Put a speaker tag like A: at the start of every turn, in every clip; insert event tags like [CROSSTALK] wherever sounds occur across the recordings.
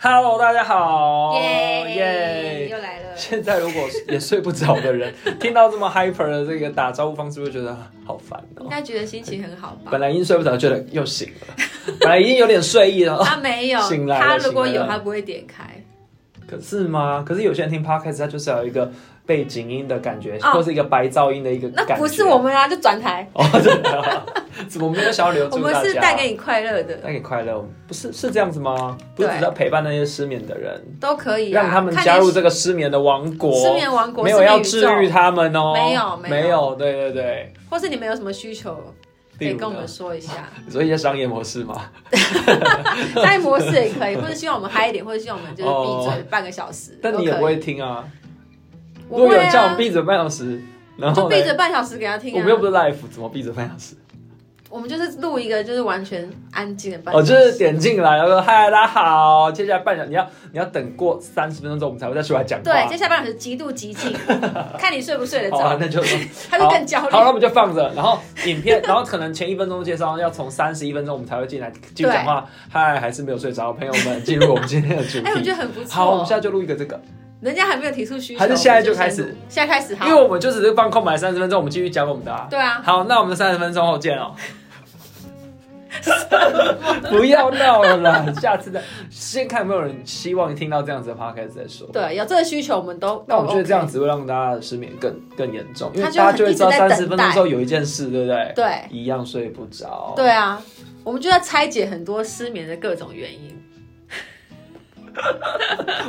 A: Hello，大家好，
B: 耶，又来了。
A: 现在如果也睡不着的人，听到这么 hyper 的这个打招呼方式，会觉得好烦哦、
B: 应该觉得心情很好吧
A: 本？来已经睡不着，觉得又醒了， [LAUGHS] 本来已经有点睡意了。 [LAUGHS]
B: 他啊没有
A: 醒，来了
B: 他如果
A: 醒
B: 有，
A: 来了
B: 他不会点开。
A: 可是吗？可是有些人听 podcast，它就是要有一个背景音的感觉，
B: 哦
A: 或是一个白噪音的一个感觉。
B: 那不是我们啊，就转台。
A: [LAUGHS] 哦，真的啊、怎么没有想要留
B: 我
A: 住大
B: 们
A: 家？
B: 是带给你快乐的，
A: 带给快乐，不是是这样子吗？不是
B: 对
A: 只要陪伴那些失眠的人，
B: 都可以啊。
A: 让他们
B: 看你
A: 加入这个失眠的王国。
B: 失眠王国，
A: 没有要
B: 失
A: 治
B: 眠宇
A: 愈
B: 宙，
A: 他们哦，
B: 没有没有
A: 没有，对对对，
B: 或是你们有什么需求，可
A: 例
B: 以
A: 如
B: 跟我们
A: 呢
B: 说一下。 [LAUGHS]
A: 所以一些商业模式嘛，
B: 商业模式也可以，或者希望我们嗨一点，或者希望我们就是闭嘴半个小时。
A: 哦但你也
B: 都可以
A: 不会，听啊。如
B: 我
A: 果
B: 会
A: 有人叫我
B: 啊
A: 们，闭嘴半小时，然
B: 就
A: 后呢
B: 闭，嘴半小时给他听啊。
A: 我们又不是 live，怎么闭嘴半小时？
B: 我们就是录一个，就是完全安静的半小
A: 哦，
B: 时。
A: 就是点进来，然后说嗨，大家好，接下来半小时你要你要等过三十分钟之后，我们才会再出来讲话。
B: 对，接下来半小时极度激
A: [LAUGHS]
B: 进，看你睡不睡得
A: 好啊，
B: 着，
A: 那就
B: 他就更焦虑。
A: 好，那我们就放着，然后影片， [LAUGHS] 然后可能前一分钟介绍要从三十一分钟我们才会进来继续讲话。嗨，还是没有睡着，朋友们进入我们今天的主
B: 哎，我觉
A: 题。
B: 得很不错。
A: 好，我们现在就录一个这个，
B: 人家还没有提出需求，
A: 还是现在就
B: 我们先
A: 开始
B: 录？现在开始好
A: 因为。我们就只是放空白三十分钟，我们继续讲我们的、啊。
B: 对啊，
A: 好，那我们三十分钟后见哦。 [LAUGHS] 不要闹了啦，下次再先看有没有人希望听到这样子的 podcast 再说。
B: 对，有这个需求我们都。
A: 那我觉得这样
B: 子，
A: 子会让大家的失眠更更严重，因为
B: 他
A: 大家
B: 就
A: 就会知道
B: 一直
A: 三
B: 在等待
A: 十分钟之后有一件事，对不对？
B: 对
A: 一样睡不着。
B: 对啊，我们就在拆解很多失眠的各种原因。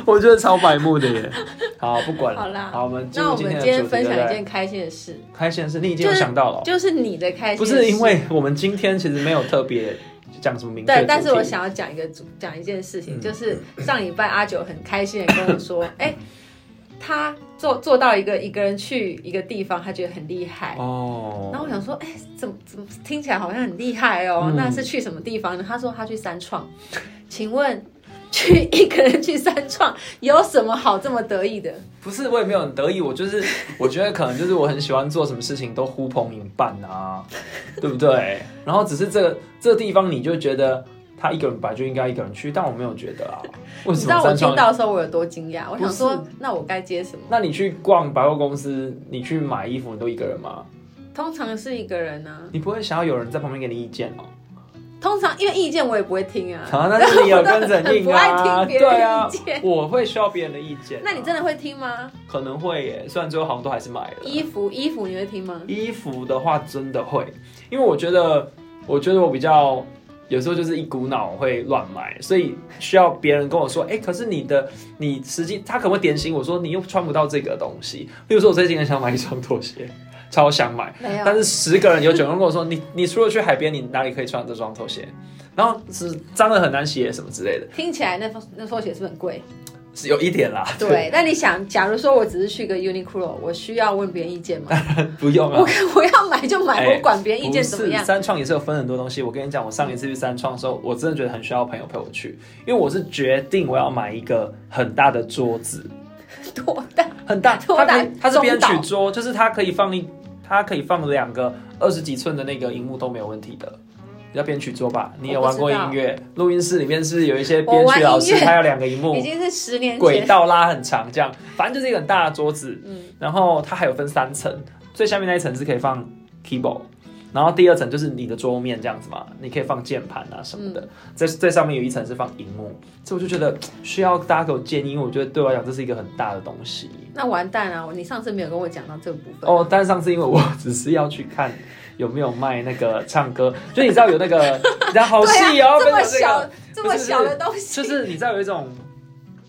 A: 我觉得超白目的耶。 [LAUGHS] 好，不管了。
B: 好啦
A: 好，我们进
B: 那
A: 入
B: 我
A: 今
B: 们
A: 天的
B: 今天
A: 主题
B: 分享
A: 对
B: 一
A: 不对
B: 件开心的事，
A: 开心的事，你已经
B: 就
A: 有
B: 是
A: 想到了，
B: 就是你的开
A: 不
B: 心的事。
A: 是因为我们今天其实没有特别讲什么明确的
B: 对，但是
A: 主题
B: 我想要讲一个主讲一件事情，
A: 嗯
B: 就是上礼拜阿九很开心的跟
A: [LAUGHS]
B: 我说，哎、他做做到一个一个人去一个地方，他觉得很厉害。然
A: 哦，
B: 后我想说，哎、怎么怎么听起来好像很厉害哦？
A: 嗯
B: 那是去什么地方呢？他说他去三创，请问 [LAUGHS] 去一个人去三创有什么好这么得意的？
A: 不是，我也没有很得意，我
B: [LAUGHS]
A: 就是我觉得可能就是我很喜欢做什么事情都呼朋引伴啊， [LAUGHS] 对不对？然后只是这个这个地方你就觉得他一个人本来就应该一个人去，但我没有觉得
B: [LAUGHS]
A: 啊，为
B: 你
A: 什么
B: 知道我
A: 三
B: 听
A: 创？
B: 到的时候我有多惊讶？我想
A: 不
B: 说，那我该接什么？
A: 那你去逛百货公司，你去买衣服，你都一个人吗？
B: 通常是一个人啊，
A: 你不会想要有人在旁边给你意见哦、
B: [LAUGHS] 通常因为意见我也不会听啊。
A: 啊，但是你有跟着
B: [LAUGHS] 很
A: 硬
B: 不爱
A: 啊，
B: 听别人
A: 对
B: 的
A: 啊
B: 意，见。
A: 我会需要别人的意见啊、
B: 那你真的会听吗？
A: 可能会耶，虽然最后好像都还是买了。
B: 衣服衣服你会听吗？
A: 衣服的话真的会，因为我觉得，我觉得我比较有时候就是一股脑会乱买，所以需要别人跟我说，哎、可是你的你实际他可能会点醒我说你又穿不到这个东西。例如说，我最近很想买一双拖鞋，超想买，
B: 没有
A: 但是十个人有九个人跟我说，你你除了去海边，你哪里可以穿这双拖鞋？然后是脏了很难洗什么之类的，
B: 听起来那双那双鞋是不是很贵？
A: 是有一点啦。
B: 对，那你想，假如说我只是去个 Uniqlo，我需要问别人意见
A: [LAUGHS]
B: 吗？
A: [LAUGHS] 不用啊
B: 我。我要买就买，
A: 哎
B: 我管别人意见怎么
A: 不
B: 样
A: 是？三创也是有分很多东西。我跟你讲，我上一次去三创的时候，我真的觉得很需要朋友陪我去，因为我是决定我要买一个很大的桌子，
B: 多大？
A: 很大，
B: 多
A: 它可
B: 大
A: 以它是编曲
B: 中岛
A: 桌，就是它可以放一，它可以放两个二十几寸的那个荧幕都没有问题的。叫编曲桌吧，你有玩过音乐？录音室里面是不是有一些编
B: 我玩
A: 曲
B: 音乐
A: 老师，他有两个荧幕
B: [LAUGHS] 已，经是十年
A: 轨
B: 前，
A: 道拉很长，这样，反正就是一个很大的桌子。
B: 嗯，
A: 然后它还有分三层，最下面那一层是可以放 keyboard，然后第二层就是你的桌面这样子嘛，你可以放键盘啊什么的。
B: 嗯
A: 在最上面有一层是放荧幕，这我就觉得需要大家给我建议，因为我觉得对我来讲这是一个很大的东西。
B: 那完蛋啊！你上次没有跟我讲到这个部分。
A: 哦，但是上次因为我只是要去看有没有卖那个唱歌，就你知道有那个， [LAUGHS] 你知道好
B: 对啊
A: 细哦，
B: 这么
A: 分享个
B: 小这么小的东西，
A: 就是你知道有一种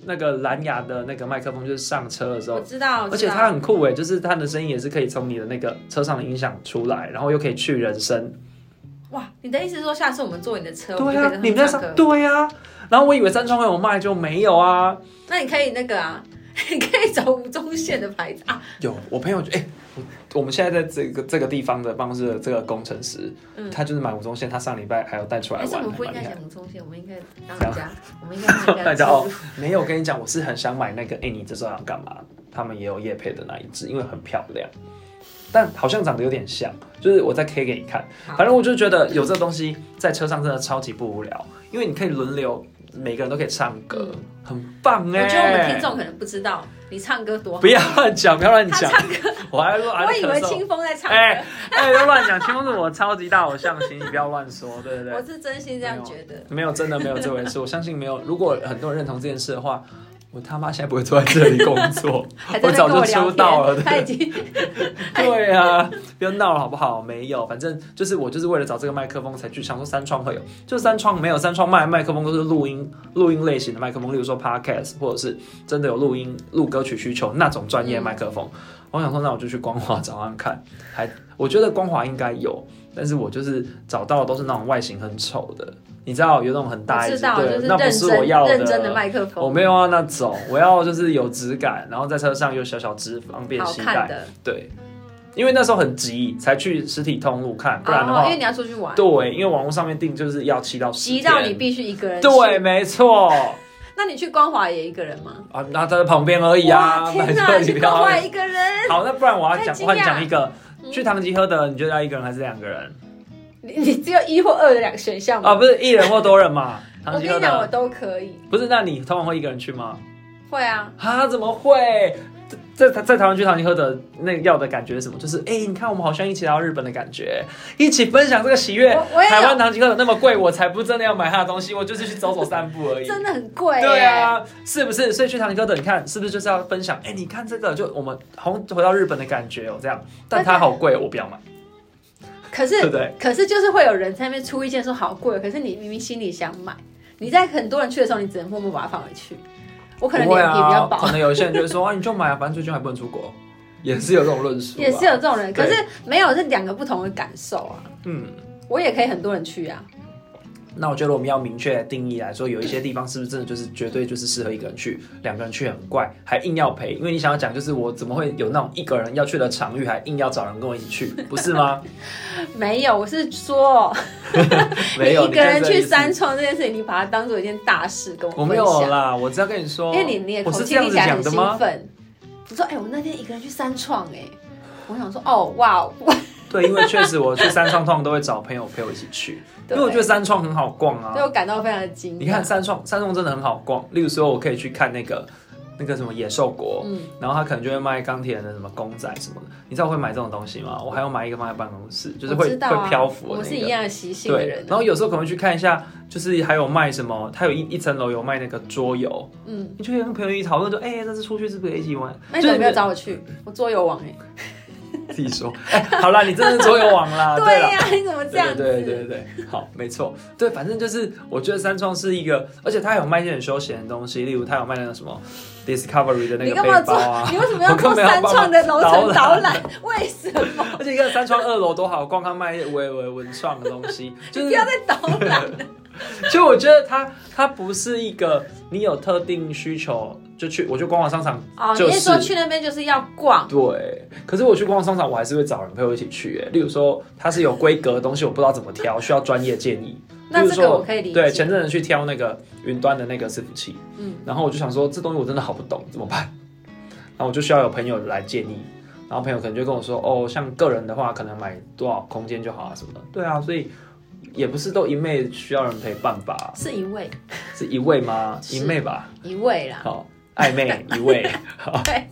A: 那个蓝牙的那个麦克风，就是上车的时候
B: 我哦知道，
A: 而且它很酷哎，就是它的声音也是可以从你的那个车上的音响出来，然后又可以去人声。
B: 哇，你的意思是说下次我们坐你的车，我
A: 对
B: 们
A: 呀、
B: 就可以
A: 你们在
B: 在那
A: 上
B: 边唱歌？
A: 对呀、然后我以为三创会有卖，就没有啊。
B: 那你可以那个啊， [LAUGHS] 你可以找吴宗宪的牌子啊，
A: 有，我朋友就哎、我我们现在在这个这个地方的办公室的这个工程师，
B: 嗯
A: 他就是买吴宗宪，他上礼拜还有带出来
B: 还是我
A: 玩，
B: 哎们不应
A: 蛮厉
B: 该
A: 害
B: 讲吴宗宪，我们应该
A: [LAUGHS]
B: 当
A: 这样
B: 人家，我们应该当
A: 大
B: 人
A: 家
B: 家
A: 哦
B: 植入
A: 没有，我跟你讲，我是很想买那个。哎、你这时候想干嘛？他们也有叶配的那一只，因为很漂亮，但好像长得有点像。就是我再 K 给你看，
B: 好
A: 反正我就觉得有这东西在车上真的超级不无聊，因为你可以轮流每个人都可以唱歌，很棒哎、
B: 嗯我觉得我们听众可能不知道你唱歌多好
A: 不，要乱讲，不要乱
B: 他
A: 讲
B: 唱，歌，
A: 我还说，
B: 我以为
A: 亲，
B: 清风在唱
A: 哎
B: 歌，
A: 哎，不要乱讲，清风是我超级大偶像，请你不要乱说，对不对
B: 我？是真心这样觉得。
A: 没有，真的没有这回事。我相信没有。如果很多人认同这件事的话，我他妈现在不会坐在这里工作
B: 还，在
A: 我
B: 那
A: 早
B: 边跟
A: 就
B: 聊
A: 出道了。
B: 天，他
A: 对
B: 已经
A: 对啊，不要闹了好不好？没有，反正就是我就是为了找这个麦克风才去想说三创会有，就三创没有三创卖的麦克风都是录音录音类型的麦克风，例如说 podcast 或者是真的有录音录歌曲需求那种专业麦克风。我想说，那我就去光华找看看，还我觉得光华应该有，但是我就是找到的都是那种外形很丑的，你知道有那种很 [LAUGHS] 大
B: 我
A: 一
B: 知
A: 只，
B: 道，就
A: 对，
B: 是
A: 那
B: 认
A: 不是我
B: 真
A: 要
B: 认真的麦克
A: 我
B: 风，
A: 没有要那种，我要就是有质感，然后在车上有小小只，方便
B: 好
A: 携带
B: 看。的，
A: 对，因为那时候很急，才去实体通路看，不然的
B: 哦
A: 话，
B: 因为你要出去玩，
A: 对，因为网络上面订就是要七到十
B: 急
A: 天，
B: 到你必须一个人。
A: 对，，没错
B: 那你去光华也一个人吗？
A: 啊，那在旁边而已啊，
B: 哇
A: 拜
B: 天
A: 托你
B: 去
A: 不
B: 光
A: 要
B: 华。一个人，
A: 好，那不然我要
B: 太
A: 讲
B: 惊讶
A: 换讲一个，
B: 嗯
A: 去唐吉诃德，你觉得要一个人还是两个人
B: 你你只有一或二的两个选项
A: 啊？
B: 吗？
A: 不是一人或多人嘛？唐
B: 我
A: 吉
B: 跟
A: 诃
B: 你讲，
A: 德
B: 我都可以，
A: 不是？那你通常会一个人去吗？
B: 会啊，
A: 啊，怎么会？在在在台湾去唐吉诃德那要的感觉是什么？就是哎、你看我们好像一起来到日本的感觉，一起分享这个喜悦
B: 我。我也
A: 台湾
B: 有，
A: 唐吉诃德那么贵，我才不真的要买他的东西，我就是去走走散步而已。
B: 真的很贵，
A: 对，啊，是不是？所以去唐吉诃德，你看是不是就是要分享？哎、你看这个，就我们好像回到日本的感觉哦，这样。但它好贵，我不要买，
B: 可
A: 对不
B: 是
A: 对？
B: 可是就是会有人在那边出意见说好贵，可是你明明心里想买，你在很多人去的时候，你只能默默把它放回去。我可能
A: 不会
B: 脸皮比较
A: 啊，
B: 薄
A: 可，能有些人就会说啊，你就买啊，反正最近还不能出国，也是有这种论述、啊
B: 也是有，这种人，
A: 对
B: 可是没有是两个不同的感受啊。
A: 嗯。
B: 我也可以很多人去啊，
A: 那我觉得我们要明确定义来说，有一些地方是不是真的就是绝对就是适合一个人去，两个人去很怪，还硬要陪，因为你想要讲就是我怎么会有那种一个人要去的场域，还硬要找人跟我一起去，不是吗？
B: 没有，我是说
A: 没有，
B: 一个人
A: 你就是这
B: 去
A: 意思
B: 三，创这件事情，你把它当做一件大事跟
A: 我
B: 分
A: 没有
B: 享，
A: 啦，我只要跟你说，
B: 因为你你也
A: 我
B: 口
A: 是这
B: 气
A: 样
B: 听
A: 子
B: 起来
A: 讲
B: 很
A: 的
B: 兴
A: 吗？
B: 奋。你说，哎、我那天一个人去三创，哎，我想说，哦，哇，哇
A: 对，因为确实我去三创通常都会找朋友陪我一起去，因
B: [LAUGHS] 对
A: 为我觉得三创很好逛啊
B: 对。我感到非常的惊讶。
A: 你看，三创，三创真的很好逛，例如说我可以去看那个那个什么野兽国，
B: 嗯，
A: 然后他可能就会卖钢铁人的什么公仔什么的。你知道我会买这种东西吗？我还要买一个放在办公室，就是
B: 我
A: 会、
B: 知道啊
A: 会漂浮
B: 我
A: 的
B: 们是
A: 那
B: 一
A: 个。
B: 样的习性的
A: 对
B: 人，啊
A: 然。后有时候可能会去看一下，就是还有卖什么，它有一一层楼有卖那个桌游，
B: 嗯，
A: 你就可以跟朋友一起讨论说，哎、这次出去是不是可以一起玩？
B: 那你怎么没有
A: 就是
B: 找我去？我桌游王哎、
A: 自己说，哎、好啦，你真的是桌游王啦，
B: 对
A: 啦。
B: 呀、你怎么这样
A: 啊对对
B: 子？
A: 对对对，好，没错，对，反正就是我觉得三创是一个，而且它有卖一些很休闲的东西，例如它有卖那个什么 Discovery 的那
B: 你
A: 个
B: 干嘛
A: 背
B: 做
A: 包啊？，
B: 你为什么要
A: 我
B: 做
A: 根本没有
B: 三
A: 办法
B: 创的楼层
A: 导
B: 导览？为什么？
A: 而且你看三创二楼多好逛，他卖微微文创的东西， [LAUGHS] 就
B: 不
A: 是
B: 要再导览
A: [LAUGHS]
B: 了。
A: 就我觉得它它不是一个你有特定需求就去，我就逛逛商场
B: 哦，
A: 就
B: 你
A: 是
B: 是说去那边就是要逛？
A: 对，可是我去逛逛商场，我还是会找人陪我一起去。哎，例如说它是有规格的东西，我不知道怎么挑，需要专业建议。
B: 那
A: 例如
B: 这个
A: 说
B: 我可以理
A: 对，
B: 解。
A: 前阵子去挑那个云端的那个伺服器，
B: 嗯
A: 然后我就想说这东西我真的好不懂，怎么办？然后我就需要有朋友来建议，然后朋友可能就跟我说，哦，像个人的话，可能买多少空间就好啊什么的。对啊，所以也不是都一昧需要人陪伴吧？
B: 是一位，
A: 是一位吗？
B: 是
A: 一妹吧？
B: 一位啦，
A: 好，暧
B: [LAUGHS]
A: 昧一位，好 [LAUGHS]
B: 啊对，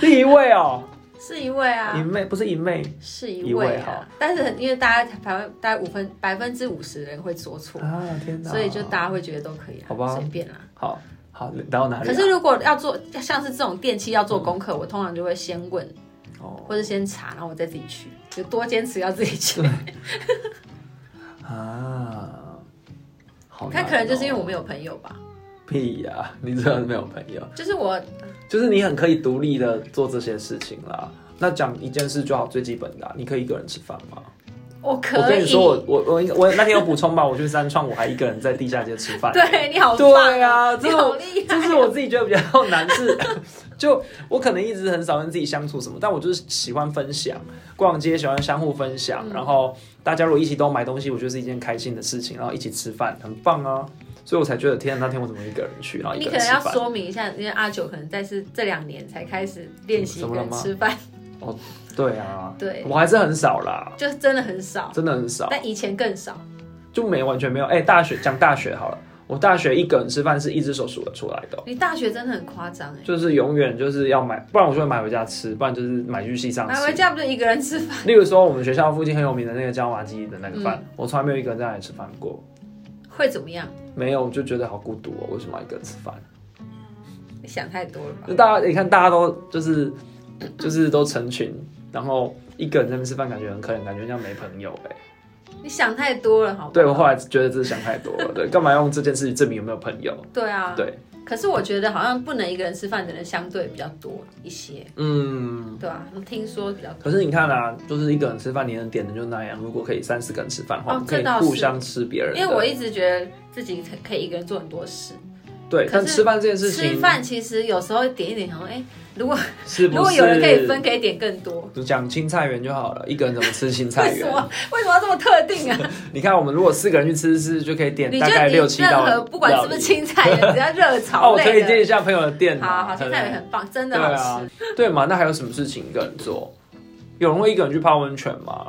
A: 第一位哦，
B: 是一位啊
A: 一，妹不是一妹
B: 是
A: 一
B: 一
A: 位
B: 位
A: 好
B: 啊。但是很因为大家百分大概五分百分之五十的人会做错，
A: 啊，天哪！
B: 所以就大家会觉得都可以啊，
A: 好吧
B: 随便啦。
A: 好好聊到哪里啊？
B: 可是如果要做像是这种电器要做功课，我通常就会先问
A: 哦。
B: 或者先查，然后我再自己去，就多坚持要自己去。 [LAUGHS]
A: 啊，好难
B: 他
A: 哦、
B: 可能就是因为我没有朋友吧，
A: 屁呀、你真的没有朋友，
B: 就是我
A: 就是你很可以独立的做这些事情啦。那讲一件事就好，最基本的啊、你可以一个人吃饭吗？
B: 我
A: 我
B: 可
A: 跟你
B: 以，
A: 说，我我我应该我那天有补充吧，我去三创，我还一个人在地下街吃饭。
B: [LAUGHS] 对你好棒
A: 对啊，这
B: 你
A: 是
B: 好
A: 我
B: [LAUGHS] 厉害
A: 这是我自己觉得比较难是，就我可能一直很少跟自己相处什么，但我就是喜欢分享，逛街喜欢相互分享，
B: 嗯
A: 然后大家如果一起都买东西，我觉得是一件开心的事情，然后一起吃饭很棒啊，所以我才觉得天啊，那天我怎么一个人去，然后一
B: 你
A: 个
B: 可
A: 人
B: 能
A: 吃
B: 要
A: 饭，
B: 说明一下，因为阿九可能在是这两年才开始练习一
A: 怎么
B: 个
A: 了
B: 人
A: 吗
B: 吃饭，
A: 对啊，
B: 对
A: 我还是很少啦，
B: 就是真的很少，
A: 真的很少，
B: 但以前更少。
A: 就没完全没有，哎、大学讲大学好了。我大学一个人吃饭是一只手数得出来的哦，
B: 你大学真的很夸张哎，
A: 就是永远就是要买，不然我就会买回家吃，不然就是买去西上
B: 买
A: 吃。
B: 回家不就一个人吃饭？
A: [LAUGHS] 例如说，我们学校附近很有名的那个椒麻鸡的那个
B: 嗯
A: 饭，我从来没有一个人在那里吃饭过。
B: 会怎么样？
A: 没有，我就觉得好孤独哦，为什么要一个人吃饭？
B: 你想太多了吧
A: 就？大家，你看大家都就是就是都成群，然后一个人在那边吃饭，感觉很可怜，感觉像没朋友哎、
B: 你想太多了，好不好？
A: 对我后来觉得自己想太多了，对，干嘛用这件事情证明有没有朋友？
B: 对啊，
A: 对。
B: 可是我觉得好像不能一个人吃饭的人相对比较多一些，
A: 嗯，
B: 对啊，听说比较多。
A: 可是你看啊，就是一个人吃饭，你能点的就那样。如果可以三四个人吃饭的话，
B: 哦
A: 我们可以
B: 这倒是
A: 互相吃别人的。
B: 因为我一直觉得自己可以一个人做很多事，
A: 对，
B: 可是
A: 但吃饭这件事
B: 吃
A: 情，
B: 饭其实有时候点一点，想说，哎、如果
A: 是
B: 如
A: 不
B: 果
A: 是
B: 有人可以分，可以点更多。
A: 哦讲青菜园就好了。一个人怎么吃青菜
B: [LAUGHS] 为什
A: 园？
B: 么为什么要这么特
A: [LAUGHS]
B: 定啊？
A: 你看，我们如果四个人去吃，是就可以点
B: 你
A: 大
B: 就
A: 概六
B: 点
A: 七道
B: 任
A: 料
B: 何
A: 理。
B: 不管是不是青菜园，只要热
A: 哦，
B: 炒
A: 我推
B: 类
A: 荐一
B: 的，
A: 下朋友的店
B: 好
A: 啊。
B: 好青菜园很棒，真
A: 对
B: 的好
A: 啊
B: 吃。，
A: 对嘛？那还有什么事情一个人做？有人会一个人去泡温泉吗？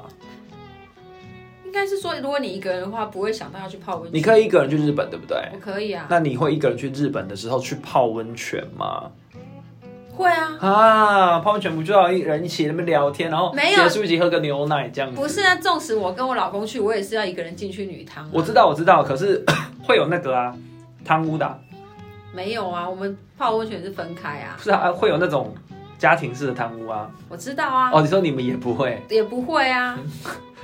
B: 应该是说，如果你一个人的话，不会想到要去泡温泉。
A: 你可以一个人去日本，对不对？
B: 我可以啊，
A: 那你会一个人去日本的时候去泡温泉吗？
B: 会啊，
A: 啊，泡温泉不就要一人一起在那边聊天，然后
B: 没有
A: 结束一起喝个牛奶这样子？
B: 不是，啊。纵使我跟我老公去，我也是要一个人进去女汤啊。
A: 我知道我知道，可是 [COUGHS] 会有那个啊，汤屋的啊、
B: 没有啊，我们泡温泉是分开啊，
A: 不是啊，会有那种家庭式的汤屋啊。
B: 我知道啊，
A: 哦，你说你们也不会？
B: 也不会啊，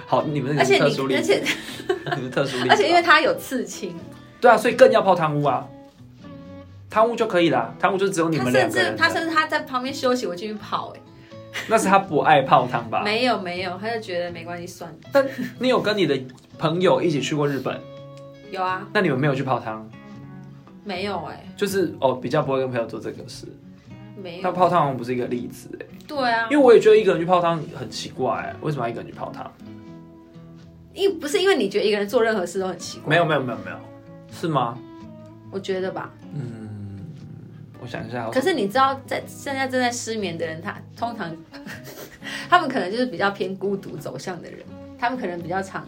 A: 好，你们
B: 而
A: 那个
B: 且
A: 是特殊
B: 你
A: 例
B: 而
A: 子，
B: 且
A: [LAUGHS] 你是特殊例子。啊
B: 而且因为他有刺青，
A: 对啊，所以更要泡汤屋啊，汤屋就可以啦，汤屋就只有你
B: 他
A: 们
B: 甚
A: 两个
B: 至
A: 人的。
B: 他甚至他在旁边休息，我进去泡哎、
A: 那是他不爱泡汤吧？
B: 没有没有，他就觉得没关系算了。
A: 你有跟你的朋友一起去过日本，
B: 有啊，
A: 那你们没有去泡汤，
B: 没有哎、
A: 就是哦，比较不会跟朋友做这个事。
B: 没
A: 那
B: 有，
A: 泡汤好像不是一个例子欸
B: 对啊，
A: 因为我也觉得一个人去泡汤很奇怪，欸为什么要一个人去泡汤？
B: 因不是因为你觉得一个人做任何事都很奇怪，
A: 没有没有没有没有，是吗？
B: 我觉得吧。
A: 嗯我想一下好，
B: 可是你知道，在现在正在失眠的人，他通常 [LAUGHS] 他们可能就是比较偏孤独走向的人，他们可能比较常，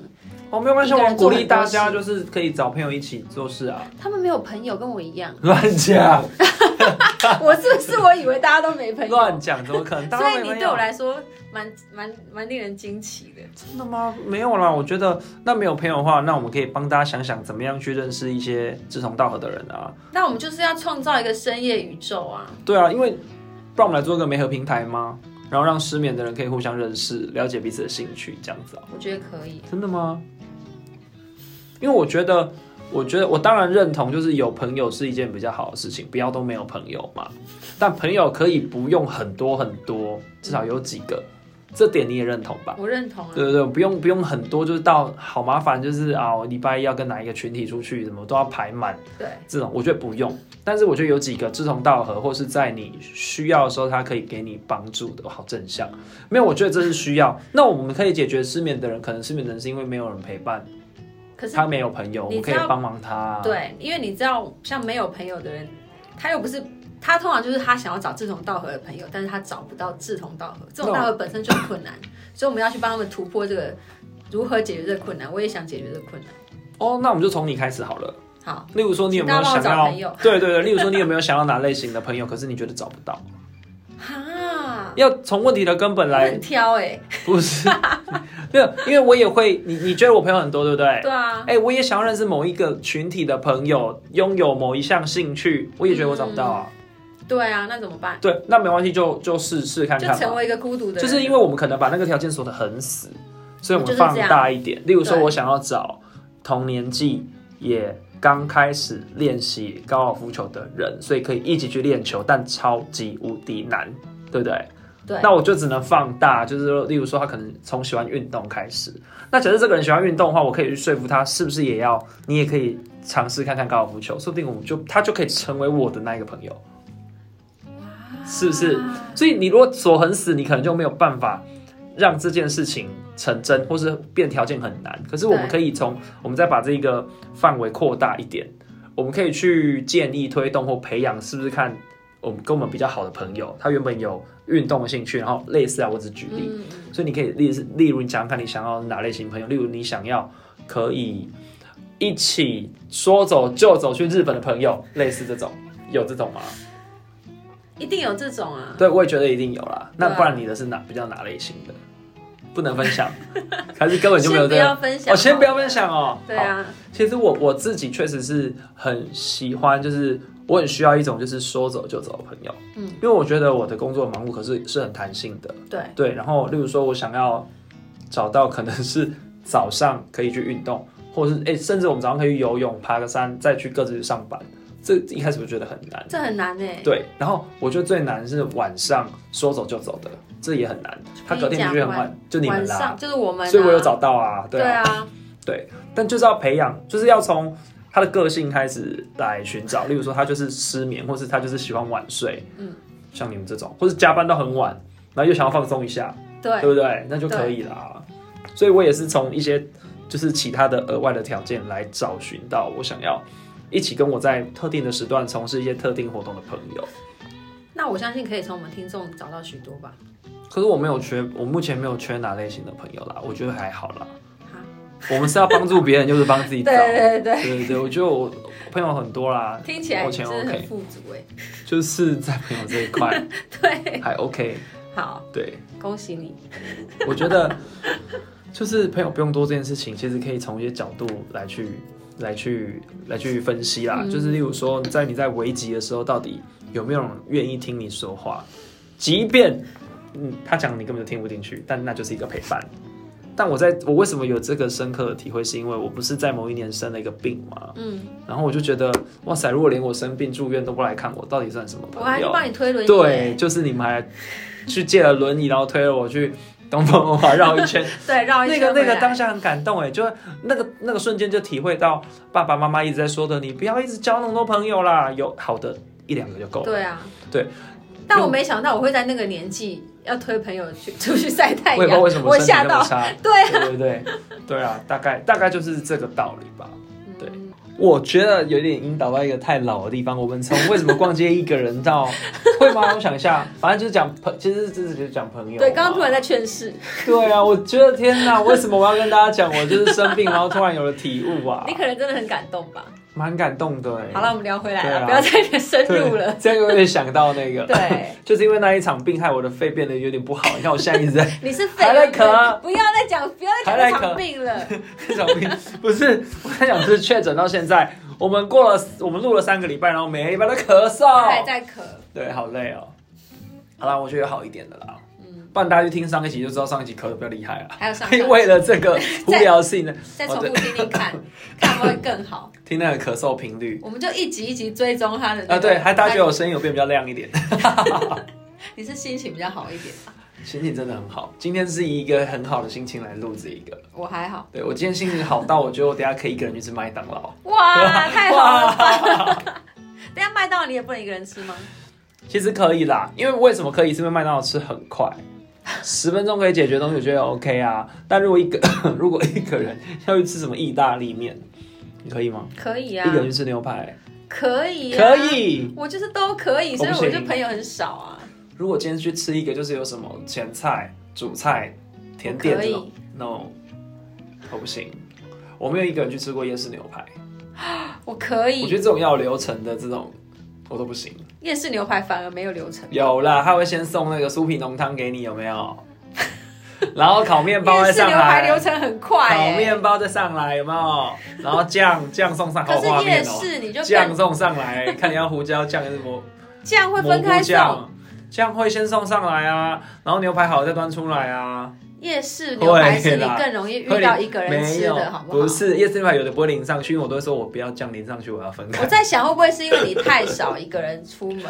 A: 哦，没有关系，
B: 一个
A: 我
B: 人
A: 鼓
B: 做
A: 励大家
B: 很
A: 就是可以找朋友一起做事啊，。
B: 他们没有朋友，跟我一样
A: [LAUGHS] 乱讲
B: 我是不是我以为大家都没朋友？
A: 乱讲，怎么可能？当
B: 所
A: 然
B: 以
A: 没
B: 你
A: 朋
B: 对我
A: 友
B: 来说蛮蛮蛮令人惊奇的。
A: 真的吗？没有啦，我觉得那没有朋友的话，那我们可以帮大家想想怎么样去认识一些志同道合的人啊。
B: 那我们就是要创造一个深夜宇宙啊！
A: 对啊，因为不然我们来做个媒合平台吗？然后让失眠的人可以互相认识，了解彼此的兴趣，这样子啊。
B: 我觉得可以。
A: 真的吗？因为我觉得，我觉得我当然认同，就是有朋友是一件比较好的事情，不要都没有朋友嘛。但朋友可以不用很多很多，至少有几个，这点你也认同吧？
B: 我认同啊。
A: 对对对，不用不用很多，就是到好麻烦，就是啊，我礼拜一要跟哪一个群体出去，什么都要排满
B: 对，
A: 这种，我觉得不用。但是我觉得有几个志同道合，或是在你需要的时候，他可以给你帮助的，好正向。没有，我觉得这是需要。那我们可以解决失眠的人，可能失眠的人是因为没有人陪伴，
B: 可是
A: 他没有朋友，我
B: 你
A: 们可以
B: 知道
A: 帮忙他。，
B: 对，因为你知道，像没有朋友的人，他又不是他通常就是他想要找志同道合的朋友，但是他找不到志同道合，志同道合本身就很困难，所以我们要去帮他们突破这个如何解决这个困难。我也想解决这个困难。
A: 哦，那我们就从你开始好了。
B: 好，
A: 例如说，你有没有
B: 请大
A: 想
B: 家帮我找
A: 要
B: 朋友？
A: 对对对，例如说，你有没有想要哪类型的朋友？可是你觉得找不到，
B: 哈，
A: 要从问题的根本
B: 我
A: 来
B: 很，挑哎、
A: 不是？ [LAUGHS] 没有，因为我也会，你你觉得我朋友很多，对不对？
B: 对啊，
A: 哎、我也想要认识某一个群体的朋友，拥有某一项兴趣，我也觉得我找不到啊。
B: 对啊，那怎么办？
A: 对，那没关系，就就试试看
B: 就
A: 看
B: 成
A: 嘛。
B: 为一个孤独的人，
A: 就是因为我们可能把那个条件锁得很死，所以我们放大一点。例如说，
B: 对
A: 我想要找同年纪也刚开始练习高尔夫球的人，所以可以一起去练球，但超级无敌难，对不对？
B: 对
A: 那我就只能放大，就是说，例如说，他可能从喜欢运动开始。那假设这个人喜欢运动的话，我可以去说服他，是不是也要你也可以尝试看看高尔夫球，说不定我们就他就可以成为我的那一个朋友，是不是？所以你如果锁很死，你可能就没有办法让这件事情成真，或是变条件很难。可是我们可
B: 对
A: 以从我们再把这个范围扩大一点，我们可以去建议、推动或培养，是不是看我们跟我们比较好的朋友，他原本有运动的兴趣，然后类似啊，我只举例，
B: 嗯，
A: 所以你可以例例如你想想看，你想要哪类型朋友？例如你想要可以一起说走就走去日本的朋友，类似这种，有这种吗？
B: 一定有这种啊。
A: 对，我也觉得一定有啦。那
B: 对啊
A: 不然你的是哪比较哪类型的？不能分 [LAUGHS] 享，还是根本就没有这
B: 先不
A: 个？
B: 要分享，
A: 哦，先不要分。享哦。
B: 对
A: 好
B: 啊，
A: 其实我我自己确实是很喜欢，就是我很需要一种就是说走就走的朋友，
B: 嗯，
A: 因为我觉得我的工作忙碌可是是很弹性的，
B: 对，
A: 对。然后，例如说我想要找到可能是 [LAUGHS] 早上可以去运动，或者是哎、甚至我们早上可以去游泳、爬个山，再去各自去上班，这一开始我觉得很难，
B: 这很难哎。
A: 对。然后我觉得最难是晚上说走就走的，这也很难，他隔天必须很晚，就你们
B: 晚
A: 啦
B: 上，就是我们啊，
A: 所以我有找到啊，
B: 对
A: 啊。
B: 啊，
A: 但就是要培养，就是要从他的个性开始来寻找。例如说，他就是失眠，或是他就是喜欢晚睡，
B: 嗯，
A: 像你们这种，或是加班到很晚，然后又想要放松一下，对
B: 对，
A: 不对？那就可以啦。所以我也是从一些就是其他的额外的条件来找寻到我想要一起跟我在特定的时段从事一些特定活动的朋友。
B: 那我相信可以从我们听众找到许多吧。
A: 可是我没有缺，我目前没有缺哪类型的朋友啦，我觉得还好啦
B: 好。
A: 我们是要帮助别人，就是帮自己
B: 对
A: 找。
B: [LAUGHS] 对对，
A: 对对对，我觉得我朋友很多啦，
B: 听起来
A: 我
B: 你
A: 钱
B: 真的
A: OK，
B: 很富足哎。
A: 就是在朋友这一块
B: [LAUGHS] 对，
A: 还 OK。
B: 好，
A: 对，
B: 恭喜你。
A: [LAUGHS] 我觉得就是朋友不用多这件事情，其实可以从一些角度来去、来去、来去分析啦。
B: 嗯
A: 就是例如说，在你在危急的时候，到底有没有人愿意听你说话？即便嗯，他讲你根本就听不进去，但那就是一个陪伴。但我在我为什么有这个深刻的体会，是因为我不是在某一年生了一个病嘛，
B: 嗯，
A: 然后我就觉得，哇塞，如果连我生病住院都不来看我，到底算什么
B: 我还
A: 朋
B: 去
A: 友？
B: 帮你推轮椅。欸
A: 对，，就是你们还去借了轮椅，然后推了我去东方文化绕一圈，
B: 对， [LAUGHS] 绕一
A: 那个
B: 圈
A: 那
B: 回
A: 个
B: 来
A: 当下很感动哎，就是那个那个瞬间就体会到爸爸妈妈一直在说的，你不要一直交那么多朋友啦，有好的一两个就够了。
B: 对啊，
A: 对。
B: 但我没想到我会在那个年纪要推朋友去出去晒太
A: 我也不知道
B: 阳，
A: 为什么
B: 哎我
A: 身体
B: 吓
A: 那么
B: 到。
A: 差，
B: 对
A: 对对对对啊，大概大概就是这个道理吧。对
B: 嗯
A: 我觉得有点引导到一个太老的地方。我们从为什么逛街一个人到会吗？我想一下，反正就是讲朋，其实这是就是讲朋友嘛。
B: 对，刚刚突然在劝世，
A: 对啊，我觉得天哪，为什么我要跟大家讲我就是生病，然后突然有了体悟啊
B: [LAUGHS] 你，可能真的很感动吧。
A: 蛮感动的哎。
B: 好了，我们聊回来
A: 对啊
B: 了，不要再深入了。
A: 对，这样有点想到那个，
B: 对，
A: 就是因为那一场病害我的肺变得有点不好。你看我现在一直在
B: 你是肺
A: 还在咳啊
B: 不要再讲，不要再
A: 还在
B: 讲这
A: 咳
B: 场病了。
A: 这种病不是我在想，就是确诊到现在，我们过了我们录了三个礼拜，然后每个礼拜都咳
B: [LAUGHS]
A: 嗽，
B: 他还哎在咳，
A: 对，好累哦。好啦，我觉得有好一点的啦。
B: 嗯，
A: 不然大家去听上一集就知道上一集咳的比较厉害了。
B: 还有上上
A: [LAUGHS] 为了这
B: [LAUGHS]
A: 个无聊性呢，
B: 再重复听听
A: 哦
B: 看，看会不会更好。
A: 听那个咳嗽频率
B: 我们就一集一集追踪他的那个
A: 啊，对，还大家觉得我声音有变比较亮一点，
B: 你是心情比较好一点吧？
A: 心情真的很好。今天是以一个很好的心情来录这一个。
B: 我还好。
A: 对我今天心情好到，我觉得我等一下可以一个人去吃麦当劳。
B: 哇，太好了吧！
A: 哇！
B: [LAUGHS] 等一下麦当劳你也不能一个人吃吗？
A: 其实可以啦，因为为什么可以？是因为麦当劳吃很快，十分钟可以解决东西，我觉得 OK 啊。但如果一个 [LAUGHS] 如果一个人要去吃什么意大利面，你可以吗？
B: 可以啊
A: 一，个人去吃牛排，
B: 可以、啊，
A: 可。以。
B: 我就是都可以，所以
A: 我不
B: 我
A: 行
B: 就朋友很少啊。
A: 如果今天去吃一个，就是有什么前菜、主菜、甜点
B: 我可
A: 这
B: 以
A: 种，no，我不行。我没有一个人去吃过夜市牛排，
B: 我可
A: 我觉
B: 以，
A: 得这种要有流程的这种，我都不行。
B: 夜市牛排反而没有流程。
A: 有啦，他会先送那个酥皮浓汤给你，有没有？ [LAUGHS] 然后烤面 [LAUGHS] 包再
B: 夜市
A: 上
B: 牛排
A: 来，
B: 流程很快、
A: 烤
B: 欸，
A: 面包再上来，有没有？然后酱酱送上，好
B: 可
A: 有画
B: 是夜
A: 面哦、
B: 市你就
A: 酱
B: 更
A: 送上来，看你要胡椒酱还是蘑
B: 酱 [LAUGHS] 会
A: 蘑
B: 分
A: 菇
B: 开送。
A: 酱，酱会先送上来啊，然后牛排好再端出来啊。
B: 夜市牛排是你更容易遇到一个人
A: 没
B: 吃
A: 有
B: 的，好，不好？
A: 不是夜市牛排有的不会淋上去，因为我都会说我不要酱淋上去，我要分
B: 我
A: 开。
B: 在想，会不会是因为你太少一个人出门，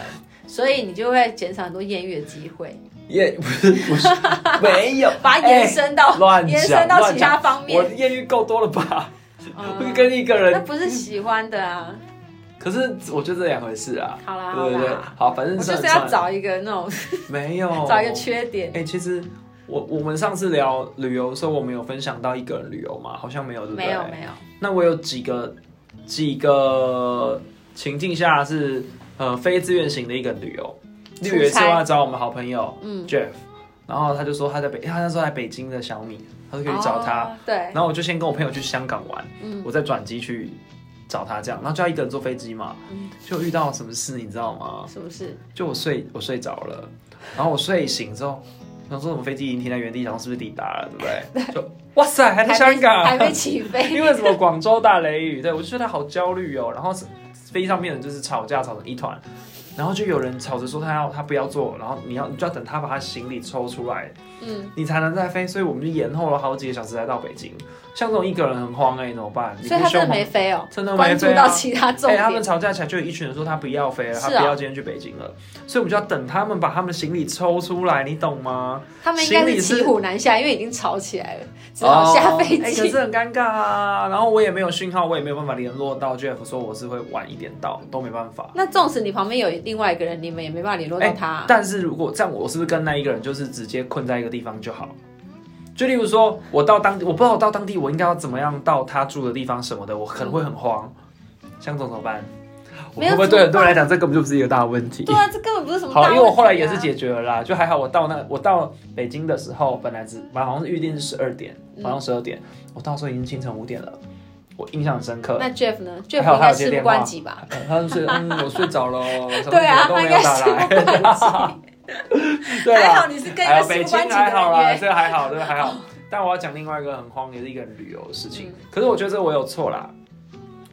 B: 所以你就会减少很多艳遇的机
A: [LAUGHS]
B: 会，
A: 夜不是不是 [LAUGHS] 没有，
B: 把它延伸到、
A: 哎乱
B: [LAUGHS] 延
A: 讲
B: 伸到
A: 乱
B: 其
A: 讲。
B: 他方
A: 我
B: 面。
A: 艳遇够多了吧？会
B: 嗯，
A: 跟一个
B: 那
A: 人，
B: 不是喜欢的啊。
A: 可是我觉得这两回事啊。
B: 好啦好
A: 对对对
B: 啦，，
A: 好，反
B: 我
A: 正
B: 就
A: 算
B: 是要
A: 算了
B: 找一个那种
A: 没有
B: 找一个缺点。
A: 哎、其实我我们上次聊旅游的时候，我们有分享到一个人旅游嘛？好像没有，对不对？
B: 没有没有，
A: 那我有几个几个情境下是呃非自愿型的一个旅游，例如有一次
B: 出
A: 我
B: 差
A: 要找我们好朋友
B: 嗯
A: Jeff，然后他就说他在北，他那时候在北京的小米，他说可以找他。
B: 哦，对，
A: 然后我就先跟我朋友去香港玩，
B: 嗯
A: 我再转机去找他，这样，然后就要一个人坐飞机嘛，
B: 嗯
A: 就遇到什么事你知道吗？
B: 什么事？
A: 就我睡我睡着了，然后我睡醒之后，想说我们飞机已经停在原地，想说是不是抵达了，对不
B: [LAUGHS]
A: 对？就哇塞，还在香港，
B: 还没还没起飞，
A: [LAUGHS] 因为什么广州大雷雨，对我就觉得好焦虑哦。然后是飞机上面的就是吵架吵成一团，然后就有人吵着说他要他不要坐，然后你要你就要等他把他行李抽出来，
B: 嗯，
A: 你才能再飞。所以我们就延后了好几个小时才到北京。像这种一个人很慌哎、怎么办？你
B: 所以
A: 不
B: 他真
A: 凶吗？
B: 的没飞哦，
A: 真的没
B: 关注
A: 飞啊
B: 到其他重
A: 哎、
B: 点
A: 他，们吵架起来，就有一群人说他不要飞了，他
B: 是啊
A: 不要今天去北京了，所以我们就要等他们把他们的行李抽出来，你懂吗？
B: 他们应该
A: 行李
B: 是
A: 是
B: 骑虎难下，因为已经吵起来了，只好下飞
A: 哦哎可
B: 机。
A: 是很尴尬啊。然后我也没有讯号，我也没有办法联络到 Jeff，说我是会晚一点到，都没办法。
B: 那纵使你旁边有另外一个人，你们也没办法联络
A: 哎
B: 到他啊、
A: 但是如果这样，我是不是跟那一个人就是直接困在一个地方就好？就例如说，我到当地，我不知道我到当地我应该要怎么样到他住的地方什么的，我可能会很慌。像这种怎么办？我
B: 没有
A: 会不会
B: 怎么
A: 对很多人来讲，这根本就不是一个大问题？
B: 对啊，这根本不是什么
A: 好，
B: 大问
A: 因
B: 题、啊。
A: 为我后来也是解决了啦，就还好。我到那，我到北京的时候，本来只本来好像是预定是十二点，
B: 嗯
A: 好像十二点，我到时候已经清晨五点了，我印象很深刻。
B: 那 Jeff 呢？Jeff
A: 还好
B: 应
A: 他
B: 该
A: 有接
B: 事不
A: 电话
B: 关己吧？
A: 呃他就睡，嗯，我睡着
B: [LAUGHS]
A: 了哦，什么
B: 对啊，
A: 都
B: 他应
A: 没
B: 该
A: 有打
B: 事不
A: 来。
B: 关己。
A: [LAUGHS] 对
B: 还好
A: 啦，
B: 你是跟一
A: 还
B: 个
A: 有
B: 事
A: 北
B: 不
A: 京
B: 关己的
A: 还好
B: 人
A: 啦，
B: 约。
A: 这个还好，这个
B: [LAUGHS]
A: 还好。但我要讲另外一个很荒也是一个人旅游的事情
B: 嗯。
A: 可是我觉得这我有错啦，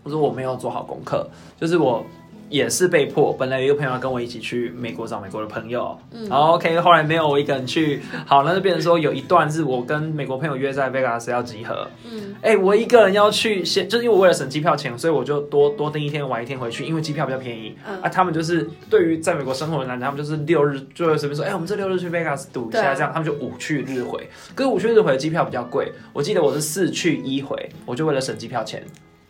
A: 我说我没有做好功课，就是我也是被迫。本来有一个朋友要跟我一起去美国找美国的朋友，
B: 嗯
A: 然后 OK，后来没有我一个人去，好，那就变成说有一段是我跟美国朋友约在 Vegas 要集合，
B: 嗯，
A: 哎、我一个人要去先，就是因为我为了省机票钱，所以我就多多订一天晚一天回去，因为机票比较便宜。
B: 嗯
A: 啊，他们就是对于在美国生活的男人，他们就是六日就会随便说，哎、我们这六日去 Vegas 赌一
B: 对
A: 下，
B: 啊
A: 这样他们就五去日回。可是五去日回的机票比较贵，我记得我是四去一回，我就为了省机票钱，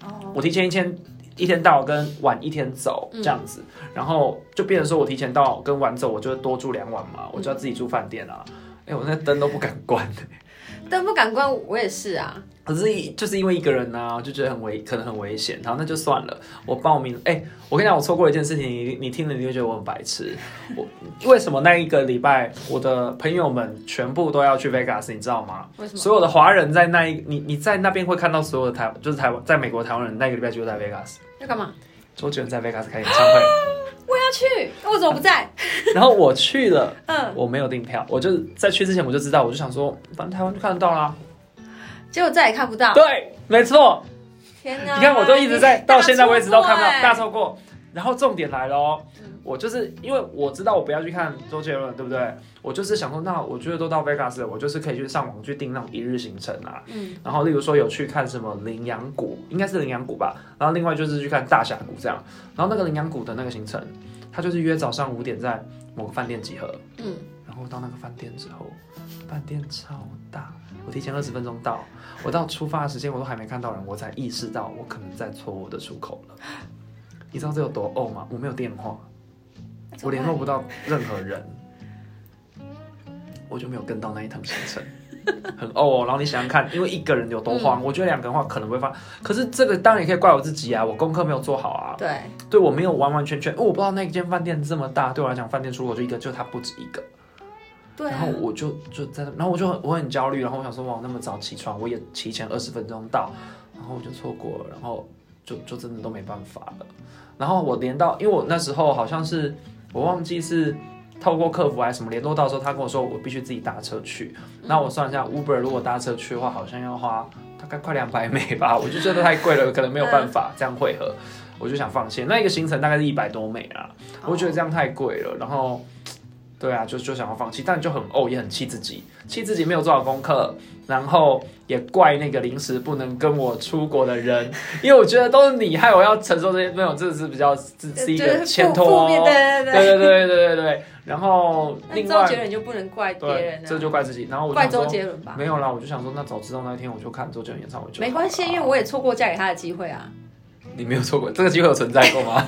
B: 哦，
A: 我提前一天一天到跟晚一天走这样子，然后就变成说我提前到跟晚走，我就多住两晚嘛，我就要自己住饭店啊。哎、我那灯都不敢关、 [LAUGHS]
B: 但不敢关，我也是啊。
A: 可是一就是因为一个人呢、啊，就觉得很危，可能很危险。然后那就算了，我报名。哎、我跟你讲，我错过一件事情，你你听了你会觉得我很白痴。 [LAUGHS] 我为什么那一个礼拜我的朋友们全部都要去 Vegas，你知道吗？
B: 为什么？
A: 所有的华人在那一你你在那边会看到所有的台，就是台湾在美国台湾人那个礼拜就在 Vegas，
B: 要干嘛？
A: 周杰伦在 Vegas 开演唱会， [LAUGHS]
B: 我要去，我怎么不在？
A: 然后我去了，
B: 嗯，
A: 我没有订票，我就在去之前我就知道，我就想说，反正台湾就看得到啦。
B: 结果再也看不到。
A: 对，没错，
B: 天哪！
A: 你看，我都一直在，
B: 你
A: 到现在为止都看不到
B: 大
A: 大
B: 错哎
A: 错过。然后重点来了哦
B: 嗯，
A: 我就是因为我知道我不要去看周杰伦，对不对？我就是想说，那我觉得都到 Vegas 了，我就是可以去上网去订那种一日行程啊。
B: 过欸。嗯
A: 然后例如说有去看什么羚羊谷，应该是羚羊谷吧。然后另外就是去看大峡谷这样。然后那个羚羊谷的那个行程，他就是约早上五点在某个饭店集合，
B: 嗯，
A: 然后到那个饭店之后，饭店超大，我提前二十分钟到，我到出发的时间我都还没看到人，我才意识到我可能在错我的出口了。你知道这有多哦呕吗？我没有电话，我联络不到任何人，我就没有跟到那一趟行程，很呕哦。然后你想想看，因为一个人有多慌，我觉得两个人的话可能会发，可是这个当然也可以怪我自己啊，我功课没有做好啊。
B: 对，
A: 对我没有完完全全，哦，我不知道那间饭店这么大，对我来讲，饭店出口就一个，就它不止一个。
B: 对
A: 然
B: 啊
A: 后，我就就在那，然后我就很我很焦虑，然后我想说，哇，我那么早起床，我也提前二十分钟到，然后我就错过了，然后就就真的都没办法了。然后我连到，因为我那时候好像是我忘记是透过客服还是什么联络到的时候，他跟我说我必须自己搭车去。
B: 嗯
A: 那我算一下，Uber 如果搭车去的话，好像要花大概快两百美吧，我就觉得太贵了，可能没有办法这样汇合，我就想放弃。那一个行程大概是一百多美啊，我觉得
B: 哦
A: 这样太贵了，然后。对啊，就就想要放弃，但就很哦怄，也很气自己，气自己没有做好功课，然后也怪那个临时不能跟我出国的人，因为我觉得都是你害我要承受这些，没有，这是比较是是一
B: 呃就是
A: 个
B: 负
A: 牵
B: 负
A: 拖，
B: 面对对
A: 对对对对对对。然后
B: 那
A: 另
B: 周杰
A: 外，
B: 伦就不能怪别
A: 对
B: 人，
A: 这
B: 啊，
A: 就怪自己。然后我就
B: 怪
A: 想
B: 周
A: 说，
B: 杰伦吧。
A: 没有啦，我就想说，那早知道那一天我就看周杰伦演唱嗯会就好了啊
B: 没关系，因为我也错过嫁给他的机会啊，
A: 你没有错过这个机会有存在过吗？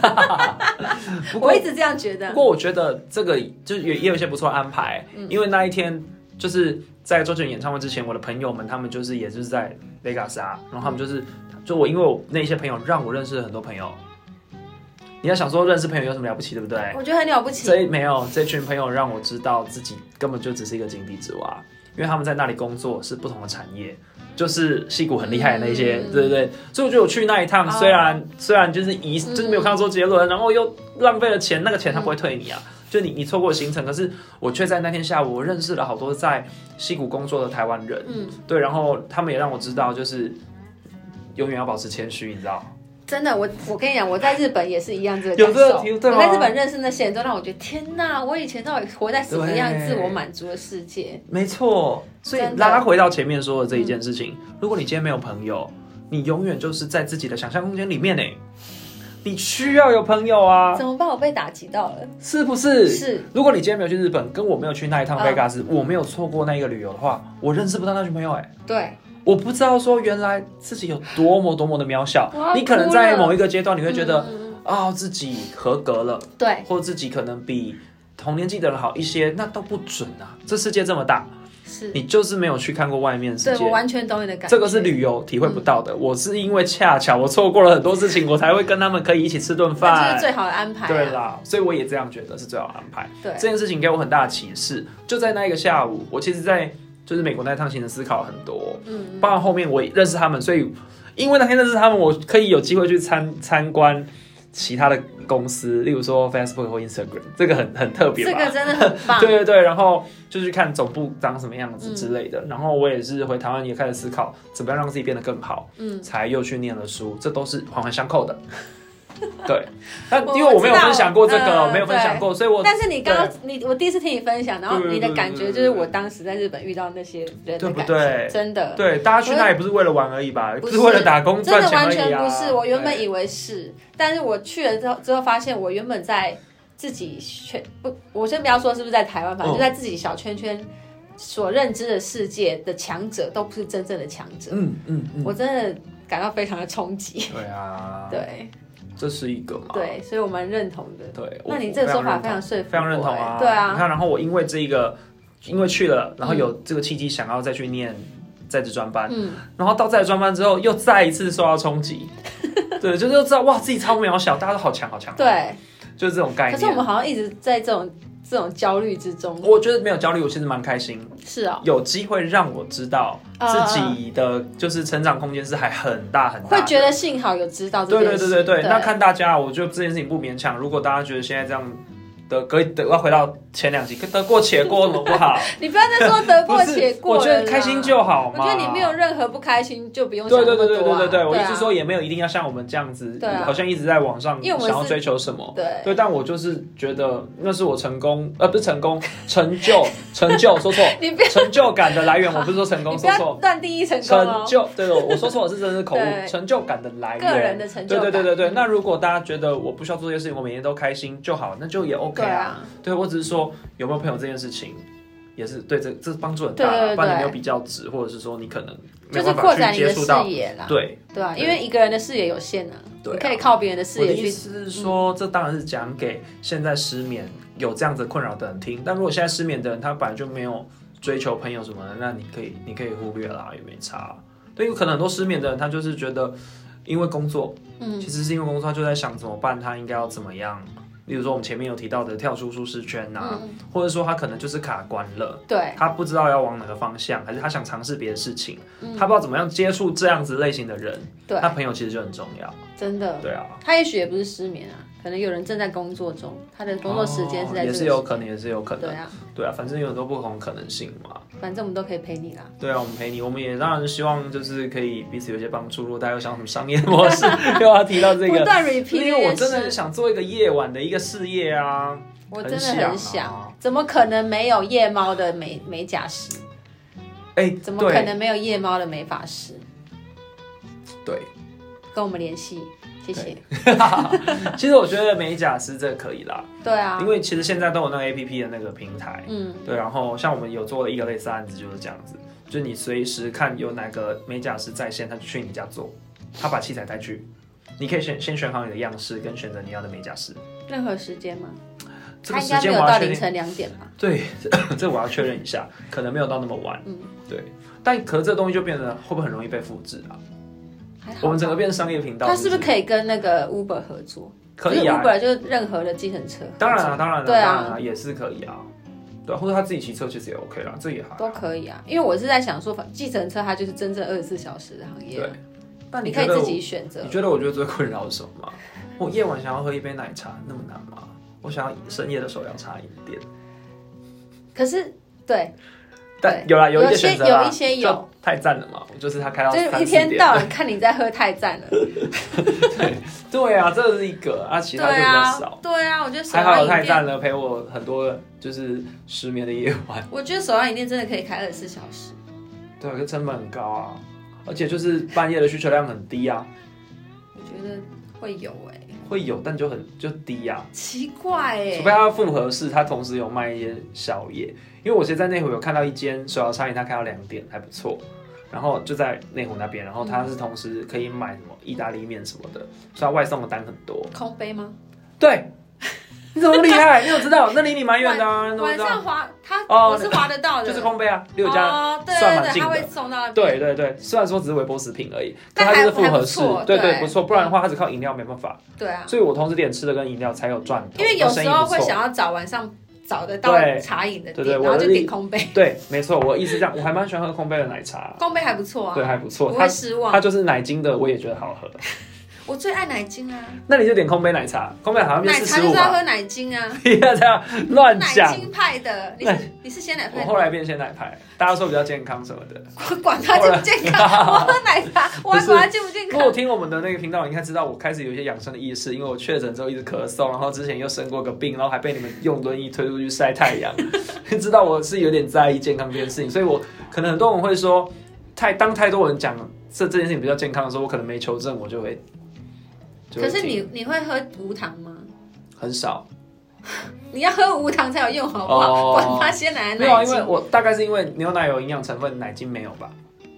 A: 不过
B: 我一直这样觉
A: 不
B: 得。
A: 过我觉得这个就也也有一些不错的安排，
B: 嗯
A: 因为那一天就是在周杰伦演唱会之前，我的朋友们他们就是也就是在 Vegas 啊，然后他们就是就我因为我那些朋友让我认识了很多朋友。你要想说认识朋友有什么了不起，对不对？
B: 我觉得很了不起，
A: 这没有这群朋友让我知道自己根本就只是一个井底之蛙，因为他们在那里工作是不同的产业，就是戏骨很厉害的那些，对对对。所以我觉得我去那一趟，
B: 嗯哦
A: 虽然虽然就是遗
B: 嗯
A: 就是没有看到周杰伦，然后又浪费了钱，那个钱他不会退你啊。就你，你错过行程，可是我却在那天下午，我认识了好多在戏谷工作的台湾人，
B: 嗯，
A: 对，然后他们也让我知道，就是永远要保持谦虚，你知道？
B: 真的，我我跟你讲，我在日本也是一样这个
A: 有
B: 感
A: 这个
B: 受。
A: 体对吗
B: 我在日本认识那些人都让我觉得，天哪，我以前到底活在什么样
A: 对
B: 自我满足的世界？
A: 没错，所以
B: 真的
A: 拉回到前面说的这一件事情，如果你今天没有朋友，你永远就是在自己的想象空间里面呢。你需要有朋友啊，
B: 怎么办？我被打击到了。
A: 是不是？
B: 是。
A: 如果你今天没有去日本，跟我没有去那一趟
B: 嗯
A: Vegas，、我没有错过那一个旅游的话，我认识不到那群朋友哎、
B: 对，
A: 我不知道说原来自己有多么多么的渺小
B: 我要。
A: 你可能在
B: 哭了
A: 某一个阶段，你会觉得
B: 嗯嗯
A: 啊、自己合格了，
B: 嗯对，
A: 或自己可能比同年纪的人好一些，那都不准啊！这世界这么大，
B: 是，
A: 你就是没有去看过外面世
B: 对我
A: 界。
B: 完全懂你的感觉。嗯
A: 这个是旅游体会不到的。我是因为恰巧我错过了很多事情，我才会跟他们可以一起吃顿
B: 那就
A: 饭
B: 是。最好的安排、啊。
A: 对啦，所以我也这样觉得是最好的安排。
B: 对
A: 这件事情给我很大的启示。就在那一个下午，我其实，在就是美国那一趟行程思考很多，
B: 嗯，
A: 包括后面我也认识他们，所以因为那天认识他们，我可以有机会去参参观其他的公司，例如说 Facebook 或 Instagram，这个很很特别吧？
B: 这个真的很棒。
A: 对对对，然后就去看总部长什么样子之类
B: 嗯
A: 的。然后我也是回台湾也开始思考，怎么样让自己变得更好，
B: 嗯，
A: 才又去念了书，这都是环环相
B: [LAUGHS]
A: 扣的。对，但
B: 我
A: 因为我没有
B: 我知道
A: 分享过这个，
B: 嗯
A: 没有分享过，所以我
B: 但是你刚刚你我第一次听你分享，然后你的感
A: 对对对
B: 觉
A: 对对
B: 就是我当时在日本遇到那些人的
A: 对
B: 感
A: 不
B: 觉，
A: 对
B: 真的，
A: 对大家去那也不是为了玩而已吧，
B: 不
A: 不
B: 是
A: 是为了打工
B: 真
A: 赚
B: 的
A: 钱
B: 完
A: 而已
B: 全
A: 啊。
B: 不是。我原本
A: 对
B: 以为是，但是我去了之后之后发现，我原本在自己圈不，我先不要说是不是在台湾，反正
A: 嗯
B: 就在自己小圈圈所认知的世界的强者，都不是真正的强者。
A: 嗯嗯嗯，
B: 我真的感到非常的冲击。
A: 对啊，，
B: 对
A: 这是一个嘛，
B: 对，所以我蛮认同的。
A: 对。
B: 那你
A: 我
B: 这个
A: 我
B: 说法
A: 非
B: 非常说服我
A: 非常认同啊，
B: 欸对
A: 你
B: 啊，
A: 看，然后我因为这个，因为去了，然后有这个契机想要再去念在职专班，
B: 嗯，
A: 然后到在专班之后，又再一次受到冲击，
B: [LAUGHS]
A: 对，就是又知道哇，自己超渺小，大家都好强好强，，
B: 对。
A: 就是这种概
B: 可是我
A: 念。
B: 们好像一直在这种这种焦虑之中。
A: 我觉得没有焦虑，我其实蛮开心，
B: 是啊、
A: 有机会让我知道
B: 呃
A: 自己的就是成长空间是还很大很大
B: 会
A: 的。
B: 觉得幸好有知道这
A: 对
B: 件
A: 对
B: 事。
A: 对对对，那看大家，我觉得这件事情不勉强。如果大家觉得现在这样得可以得，要回到前两集，得过且过好不好？
B: 你不要再说得
A: 不
B: 过
A: 是
B: 且过
A: 我觉得
B: 了啦
A: 开心就好
B: 我
A: 嘛。
B: 觉得你没有任何不开心，就不用想
A: 对
B: 那
A: 对
B: 么多、
A: 对
B: 啊。
A: 对对对对，我意
B: 啊
A: 思说也没有一定要像我们这样子
B: 对，啊
A: 好像一直在网上
B: 因为我
A: 想
B: 们
A: 要
B: 是
A: 追求什么。
B: 对啊
A: 对，但我就是觉得那是我成功，呃，不是成功，成就，成就，说错，
B: 你不要
A: 成就感的来源，我不是说成功，
B: 你不
A: 说
B: 要
A: 错，
B: 断定义成功
A: 成
B: 哦，
A: 就，对对，我说错，我是真的是口误，
B: 对
A: 成就感的来源，
B: 个人的成就
A: 对
B: 感。
A: 对对对对，那如果大家觉得我不需要做这些事情，我每天都开心就好，那就也 OK
B: 对
A: 啊。
B: 啊，
A: 对我只是说有没有朋友这件事情，也是对这这帮助很
B: 对对
A: 大，
B: 对
A: 不然你
B: 对
A: 没有比较值，或者是说你可能没
B: 就
A: 有
B: 是
A: 办
B: 扩
A: 法
B: 展
A: 去
B: 你
A: 接
B: 的
A: 触
B: 视
A: 到，
B: 野啦。
A: 对。
B: 对啊，
A: 对
B: 因为一个人的视野有限啊，
A: 对啊
B: 你可以靠别人的视
A: 我的
B: 野
A: 意
B: 去。嗯
A: 思是说，这当然是讲给现在失眠有这样子困扰的人听。但如果现在失眠的人，他本来就没有追求朋友什么的，那你可以你可以忽略啦，也没差。对，有可能很多失眠的人，他就是觉得因为工作，
B: 嗯
A: 其实是因为工作，他就在想怎么办，他应该要怎么样。例如说，我们前面有提到的跳出舒适圈呐、
B: 嗯，
A: 或者说他可能就是卡关了。
B: 对，
A: 他不知道要往哪个方向，还是他想尝试别的事情，
B: 嗯
A: 他不知道怎么样接触这样子类型的人，
B: 对
A: 他朋友其实就很重要。
B: 真的。
A: 对啊，
B: 他也许也不是失眠啊，可能有人正在工作中，他的工作时间是
A: 哦
B: 在这
A: 也
B: 个时
A: 是
B: 间
A: 有可能，也是有可
B: 对
A: 能。
B: 啊，
A: 对啊，反正有很多不同可能性嘛。
B: 反正我们都可以陪你啦。
A: 对啊，我们陪你，我们也当然希望就是可以彼此有一些帮助。如果大家有想什么商业模式，又要提到这
B: 不
A: 个，
B: 断
A: 因
B: repeat
A: 为我
B: 这件
A: 真
B: 事
A: 的很想做一个夜晚的一个事业啊。
B: 我真的
A: 很想啊
B: 很想，怎么可能没有夜猫的美美甲师？
A: 哎、
B: 怎么可
A: 对
B: 能没有夜猫的美发师？
A: 对，
B: 跟我们联系，谢谢。
A: 其实我觉得美甲师这个可以啦，
B: 对啊
A: 因，为其实现在都有那个 A P P 的那个平台，
B: 嗯，
A: 对，然后像我们有做了一个类似案子，就是这样子，就是你随时看有哪个美甲师在线，他就去你家做，他把器材带去，你可以选先选好你的样式，跟选择你要的美甲师。
B: 任何时间吗？
A: 这个
B: 他应
A: 时
B: 该没
A: 间
B: 有
A: 我
B: 到
A: 要确
B: 凌
A: 定，
B: 晨两点吧？
A: 对， [COUGHS] 这我要确认一下，可能没有到那么晚。
B: 嗯，
A: 对。但可是这东西就变得会不会很容易被复制啊？
B: 还哎好吧。
A: 我们整个变成商业频道，
B: 他是不
A: 是
B: 是可以跟那个 Uber 合作？
A: 可以啊？
B: 就是 Uber 就是任何的计程车。
A: 当然啊，当然啊，
B: 对啊
A: 当然啊，也是可以啊。对，或者他自己骑车其实也 OK 啦，这也还好。
B: 都可以啊。因为我是在想说，反计程车它就是真正二十四小时的行业
A: 对
B: 啊，，
A: 但
B: 你可
A: 觉
B: 以
A: 得
B: 自
A: 我
B: 己选择
A: 你。觉得我觉得最困扰是什么吗？我夜晚想要喝一杯奶茶，那么难吗？我想要深夜的手摇茶饮店，
B: 可是对，
A: 但
B: 对
A: 有啦，一
B: 有
A: 些
B: 些
A: 选择啦
B: 有一些有
A: 就太赞了嘛，就是他开到
B: 就是
A: 三
B: 一
A: 四
B: 天
A: 点
B: 到晚看你在喝太赞了。
A: 对啊，这是一个啊， [LAUGHS] 其
B: 对
A: 他就比较
B: 啊
A: 少。，
B: 对啊，我觉得手
A: 还好
B: 摇
A: 有太
B: 饮
A: 赞
B: 店，
A: 了，陪我很多就是失眠的夜晚，
B: 我觉得手摇饮店真的可以开二十四小时。
A: 对，可是成本很高啊，而且就是半夜的需求量很低啊，
B: 我觉得会有哎、
A: 会有但就很就低啊，
B: 奇怪哎、
A: 除非它的复合式，它同时有卖一些宵夜，因为我其实在内湖有看到一间手摇餐饮，它开到两点，还不错。然后就在内湖那边，然后它是同时可以买什么意大利面什么的，所以它外送的单很多。
B: 空杯吗？
A: 对，你怎么那么厉害？你怎么知道？那离你蛮远的啊，你怎么
B: 晚
A: 知道？
B: 上滑，它
A: 哦
B: 我是滑得到的，
A: 就是空杯啊，六家。
B: 哦，对
A: 算
B: 对
A: 蛮
B: 对，
A: 近
B: 它
A: 的
B: 会送到那边
A: 对对对，虽然说只是微波食品而已，
B: 但
A: 它就
B: 还
A: 是复合式
B: 还不错，
A: 对对
B: 对
A: 不错。不然的话，它只靠饮料没办法。
B: 对啊，
A: 所以我同时点吃的跟饮料才有赚头，
B: 因为有时
A: 哦那生意
B: 候
A: 不
B: 会
A: 错
B: 想要找晚上找得到
A: 对
B: 茶饮的
A: 对
B: 店，
A: 对
B: 然
A: 我
B: 后
A: 的
B: 就
A: 意
B: 点空杯，
A: 对，没错，我一直这样，我还蛮喜欢喝空杯的奶茶，
B: 空杯还不错
A: 对，
B: 啊，
A: 还不
B: 不
A: 错。它
B: 会失望
A: 它。就是奶精的，我也觉得好喝。
B: 我最爱奶精啊，
A: 那你就点空杯奶茶，空杯好像变
B: 奶
A: 四
B: 茶
A: 十
B: 就
A: 五
B: 是要
A: 吧？
B: 喝奶精啊，
A: [LAUGHS] 不要这样乱
B: 奶
A: 讲。
B: 精派的，你是你是鲜奶
A: 我
B: 派
A: 后
B: 的，
A: 来变鲜奶派，大家说比较健康什么的。
B: 我 [LAUGHS] 管它健不健康， [LAUGHS] 我喝奶茶，我
A: [LAUGHS]
B: 还
A: 不是
B: 管它健不健
A: 如果
B: 康。
A: 听我们的那个频道，你应该知道我开始有一些养生的意识，因为我确诊之后一直咳嗽，然后之前又生过个病，然后还被你们用轮椅推出去晒太阳， [LAUGHS] 知道我是有点在意健康这件事情，所以我可能很多人会说，太当太多人讲这这件事情比较健康的时候，我可能没求证，我就会。就会
B: 可是
A: 停
B: 你你会喝无糖吗？
A: 很少，
B: 你要喝无糖才有用，好不好？
A: 哦
B: 管它鲜奶还是
A: 没有啊，
B: 奶
A: 因为
B: 精，
A: 我大概是因为牛奶有营养成分，奶精没有吧？ [LAUGHS]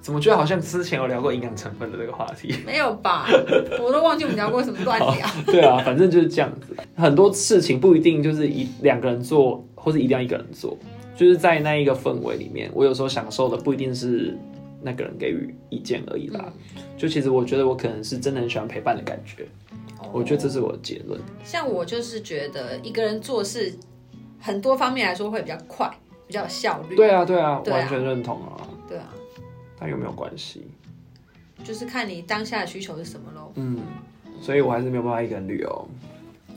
A: 怎么觉得好像之前有聊过营养成分的这个话题？ [LAUGHS]
B: 没有吧？ [LAUGHS] 我都忘记我们聊过什么乱聊。
A: 对啊，反正就是这样子。很多事情不一定就是一两个人做，或是一定要一个人做，就是在那一个氛围里面，我有时候享受的不一定是那个人给予意见而已啦。
B: 嗯
A: 就其实我觉得我可能是真的很喜欢陪伴的感觉，
B: 哦
A: 我觉得这是我的结论。
B: 像我就是觉得一个人做事，很多方面来说会比较快，比较有效率。
A: 对啊，对啊，
B: 对啊
A: 完全认同啊。
B: 对啊，
A: 但有没有关系？
B: 就是看你当下的需求是什么咯。
A: 嗯，所以我还是没有办法一个人旅游。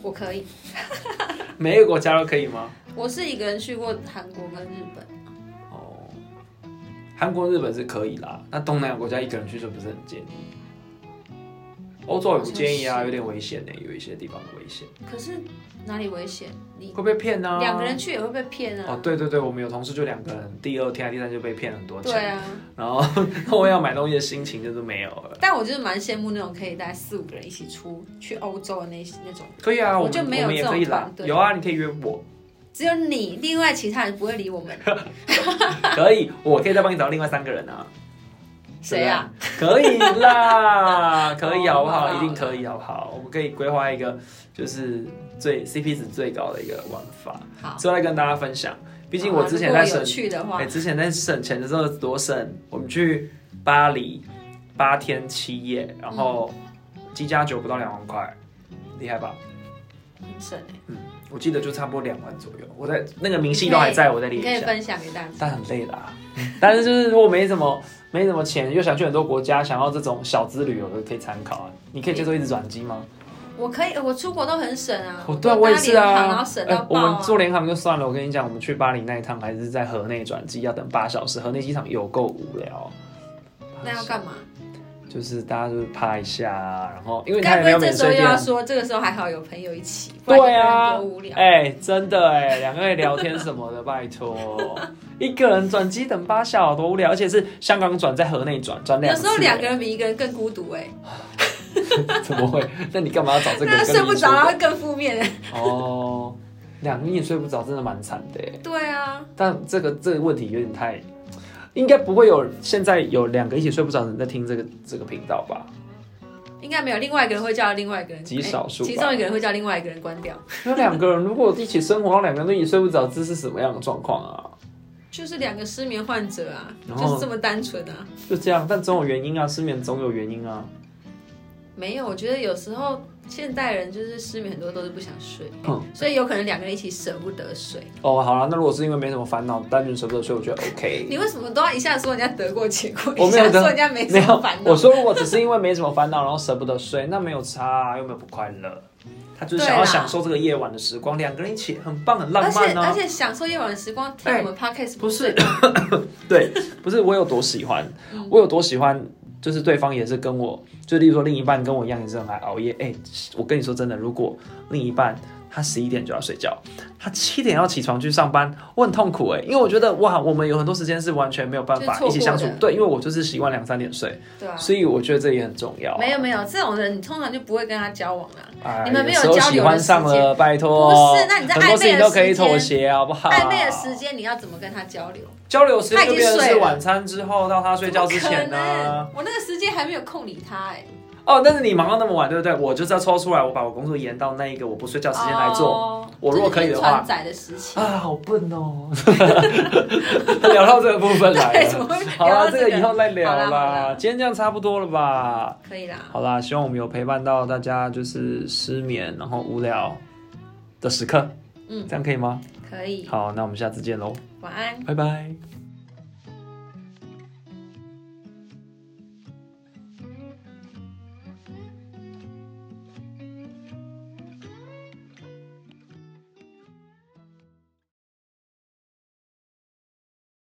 B: 我可以，
A: 每一个国家都可以吗？
B: 我是一个人去过韩国跟日本，
A: 哦，韩国、日本是可以啦，那东南亚国家一个人去就不是很建议。欧洲也不建议啊，
B: 好像是
A: 有点危险呢、有一些地方危险，
B: 可是哪里危险？你
A: 会被骗啊。
B: 两个人去也会被骗
A: 哦
B: 啊。，
A: 对对对，我们有同事就两个人，第二天、第三天就被骗很多
B: 对
A: 钱，
B: 啊，
A: 然后 [LAUGHS] 我要买东西的心情就是没有
B: [LAUGHS]
A: 了。
B: 但我就是蛮羡慕那种可以带四五个人一起出去欧洲的那那种，
A: 可以啊，我
B: 我
A: 们
B: 就没有
A: 我们也可以啦
B: 这种团，队
A: 有啊，你可以约我，
B: 只有你，另外其他人不会理我们。
A: 可以，我可以再帮你找另外三个人啊。
B: 谁啊？
A: 可以
B: [LAUGHS]
A: 啦，可以
B: 哦
A: 好不
B: 好
A: 好？
B: 啦
A: 一定可以好不好？我们可以规划一个就是最 CP 值最高的一个玩法，
B: 好，
A: 之后再跟大家分享。啊毕竟我之前在
B: 如果
A: 省
B: 有，去的
A: 哎、
B: 话，
A: 之前在省钱的时候多省，我们去巴黎八天七夜，然后
B: 嗯
A: 机加酒不到两万块，厉害吧？
B: 很省欸
A: 我记得就差不多两万左右。我在那个明细都还在，我再列一
B: 你可以
A: 下。
B: 分享给大家。
A: 但很累啦。但是就是如果没什么没什么钱，又想去很多国家，想要这种小资旅游的可以参考啊。你可以接受一直转机吗？
B: 我可以，我出国都很省啊。
A: 哦，
B: 嗯我
A: 对啊，
B: 都
A: 我也
B: 搭
A: 是
B: 联航然
A: 啊
B: 后。省
A: 哎
B: 到
A: 我
B: 爆啊
A: 们。坐联航就算了，我跟你讲，我们去巴黎那一趟还是在河内转机，要等八小时，河内机场有够无聊。
B: 那要干嘛？
A: 就是大家就是趴一下啊，然后因为它
B: 该
A: 也
B: 不
A: 没有
B: 会
A: 免税
B: 这时候又
A: 店
B: 要
A: 啊。
B: 说，这个时候还好有朋友一起，不然一
A: 对
B: 个人
A: 啊
B: 多无，聊。
A: 哎、真的哎、两个人聊天什么的，拜托，
B: [LAUGHS]
A: 一个人转机等八小时多无聊，而且是香港转在河内转，转两
B: 有
A: 次、
B: 时候两
A: 哎
B: 个人比一个人更孤独哎，
A: [LAUGHS] 怎么会？那你干嘛要找这个？
B: 那睡不着，啊然
A: 跟
B: 后更负面。 [LAUGHS]
A: 你说哦，两年也睡不着，真的蛮惨的耶。
B: 对啊，
A: 但这个这个问题有点太，应该不会有现在有两个一起睡不着的人在听这个这个频道吧？
B: 应该没有，另外一个人会叫另外一个人，
A: 极少数
B: 哎
A: 吧
B: 其中一个人会叫另外一个人关掉，
A: 因为两个人如果一起生活，然后两个人都一起睡不着，这是什么样的状况啊？
B: 就是两个失眠患者啊，
A: 然后
B: 就是这么单纯啊。
A: 就这样，但总有原因啊，失眠总有原因啊。
B: 没有，我觉得有时候现代人就是失眠很多都是不想睡，
A: 嗯
B: 所以有可能两个人一起舍不得睡。
A: 哦，好了，那如果是因为没什么烦恼，单纯舍不得睡，我觉得 OK。
B: 你为什么都要一下说人家得过且过，
A: 我
B: 一
A: 没有
B: 下
A: 得
B: 说人家哎没什
A: 没
B: 么
A: 有
B: 烦，恼
A: 我？说如果只是因为没什么烦恼，然后舍不得睡，那没有差、啊，又没有不快乐。他就是想要
B: 对啦
A: 享受这个夜晚的时光，两个人一起很棒，很浪
B: 而且
A: 漫
B: 而
A: 啊。
B: 且享受夜晚的时光，听
A: 哎
B: 我们 podcast
A: 不是
B: 最
A: 对，不是我有多喜欢，
B: 嗯
A: 我有多喜欢，就是对方也是跟我，就例如说另一半跟我一样也是很爱熬夜。哎、我跟你说真的，如果另一半他十一点就要睡觉，他七点要起床去上班，我很痛苦哎、因为我觉得哇，我们有很多时间是完全没有办法
B: 就是错过
A: 一起相处
B: 的。
A: 对，因为我就是习惯两三点睡，
B: 对啊。
A: 所以我觉得这也很重要啊、
B: 没有没有，这种人你通常就不会跟他交往了、
A: 哎，
B: 你们没有
A: 时候
B: 交流的
A: 喜欢上
B: 时
A: 了，拜托。
B: 不是那你在
A: 很多事情都可以
B: 暧昧的时间
A: 妥协，好不好？
B: 暧昧的时间你要怎么跟他交流？
A: 交流时间就变成
B: 他已经
A: 是
B: 睡了
A: 晚餐之后到他睡觉之前
B: 怎
A: 呢、
B: 么可能？我那个时间还没有空理他哎、
A: 哦，但是你忙到那么晚，对不对？我就是要抽出来，我把我工作延到那一个我不睡觉时间来做。
B: 哦
A: 我如果可以的话
B: 这是晕船仔的时期，
A: 啊，好笨哦！ [LAUGHS] 聊到这个部分 [LAUGHS] 来
B: [LAUGHS] 对，怎
A: 了。
B: 么会
A: 好啦，
B: 聊到 [LAUGHS]
A: 这个以后再聊
B: 好啦好
A: 啦。
B: 啦
A: 今天这样差不多了吧？
B: 可以啦。
A: 好啦，希望我们有陪伴到大家，就是失眠然后无聊的时刻。
B: 嗯
A: 这样可以吗？
B: 可以，
A: 好，那我们下次见喽，
B: 晚安。
A: 拜拜。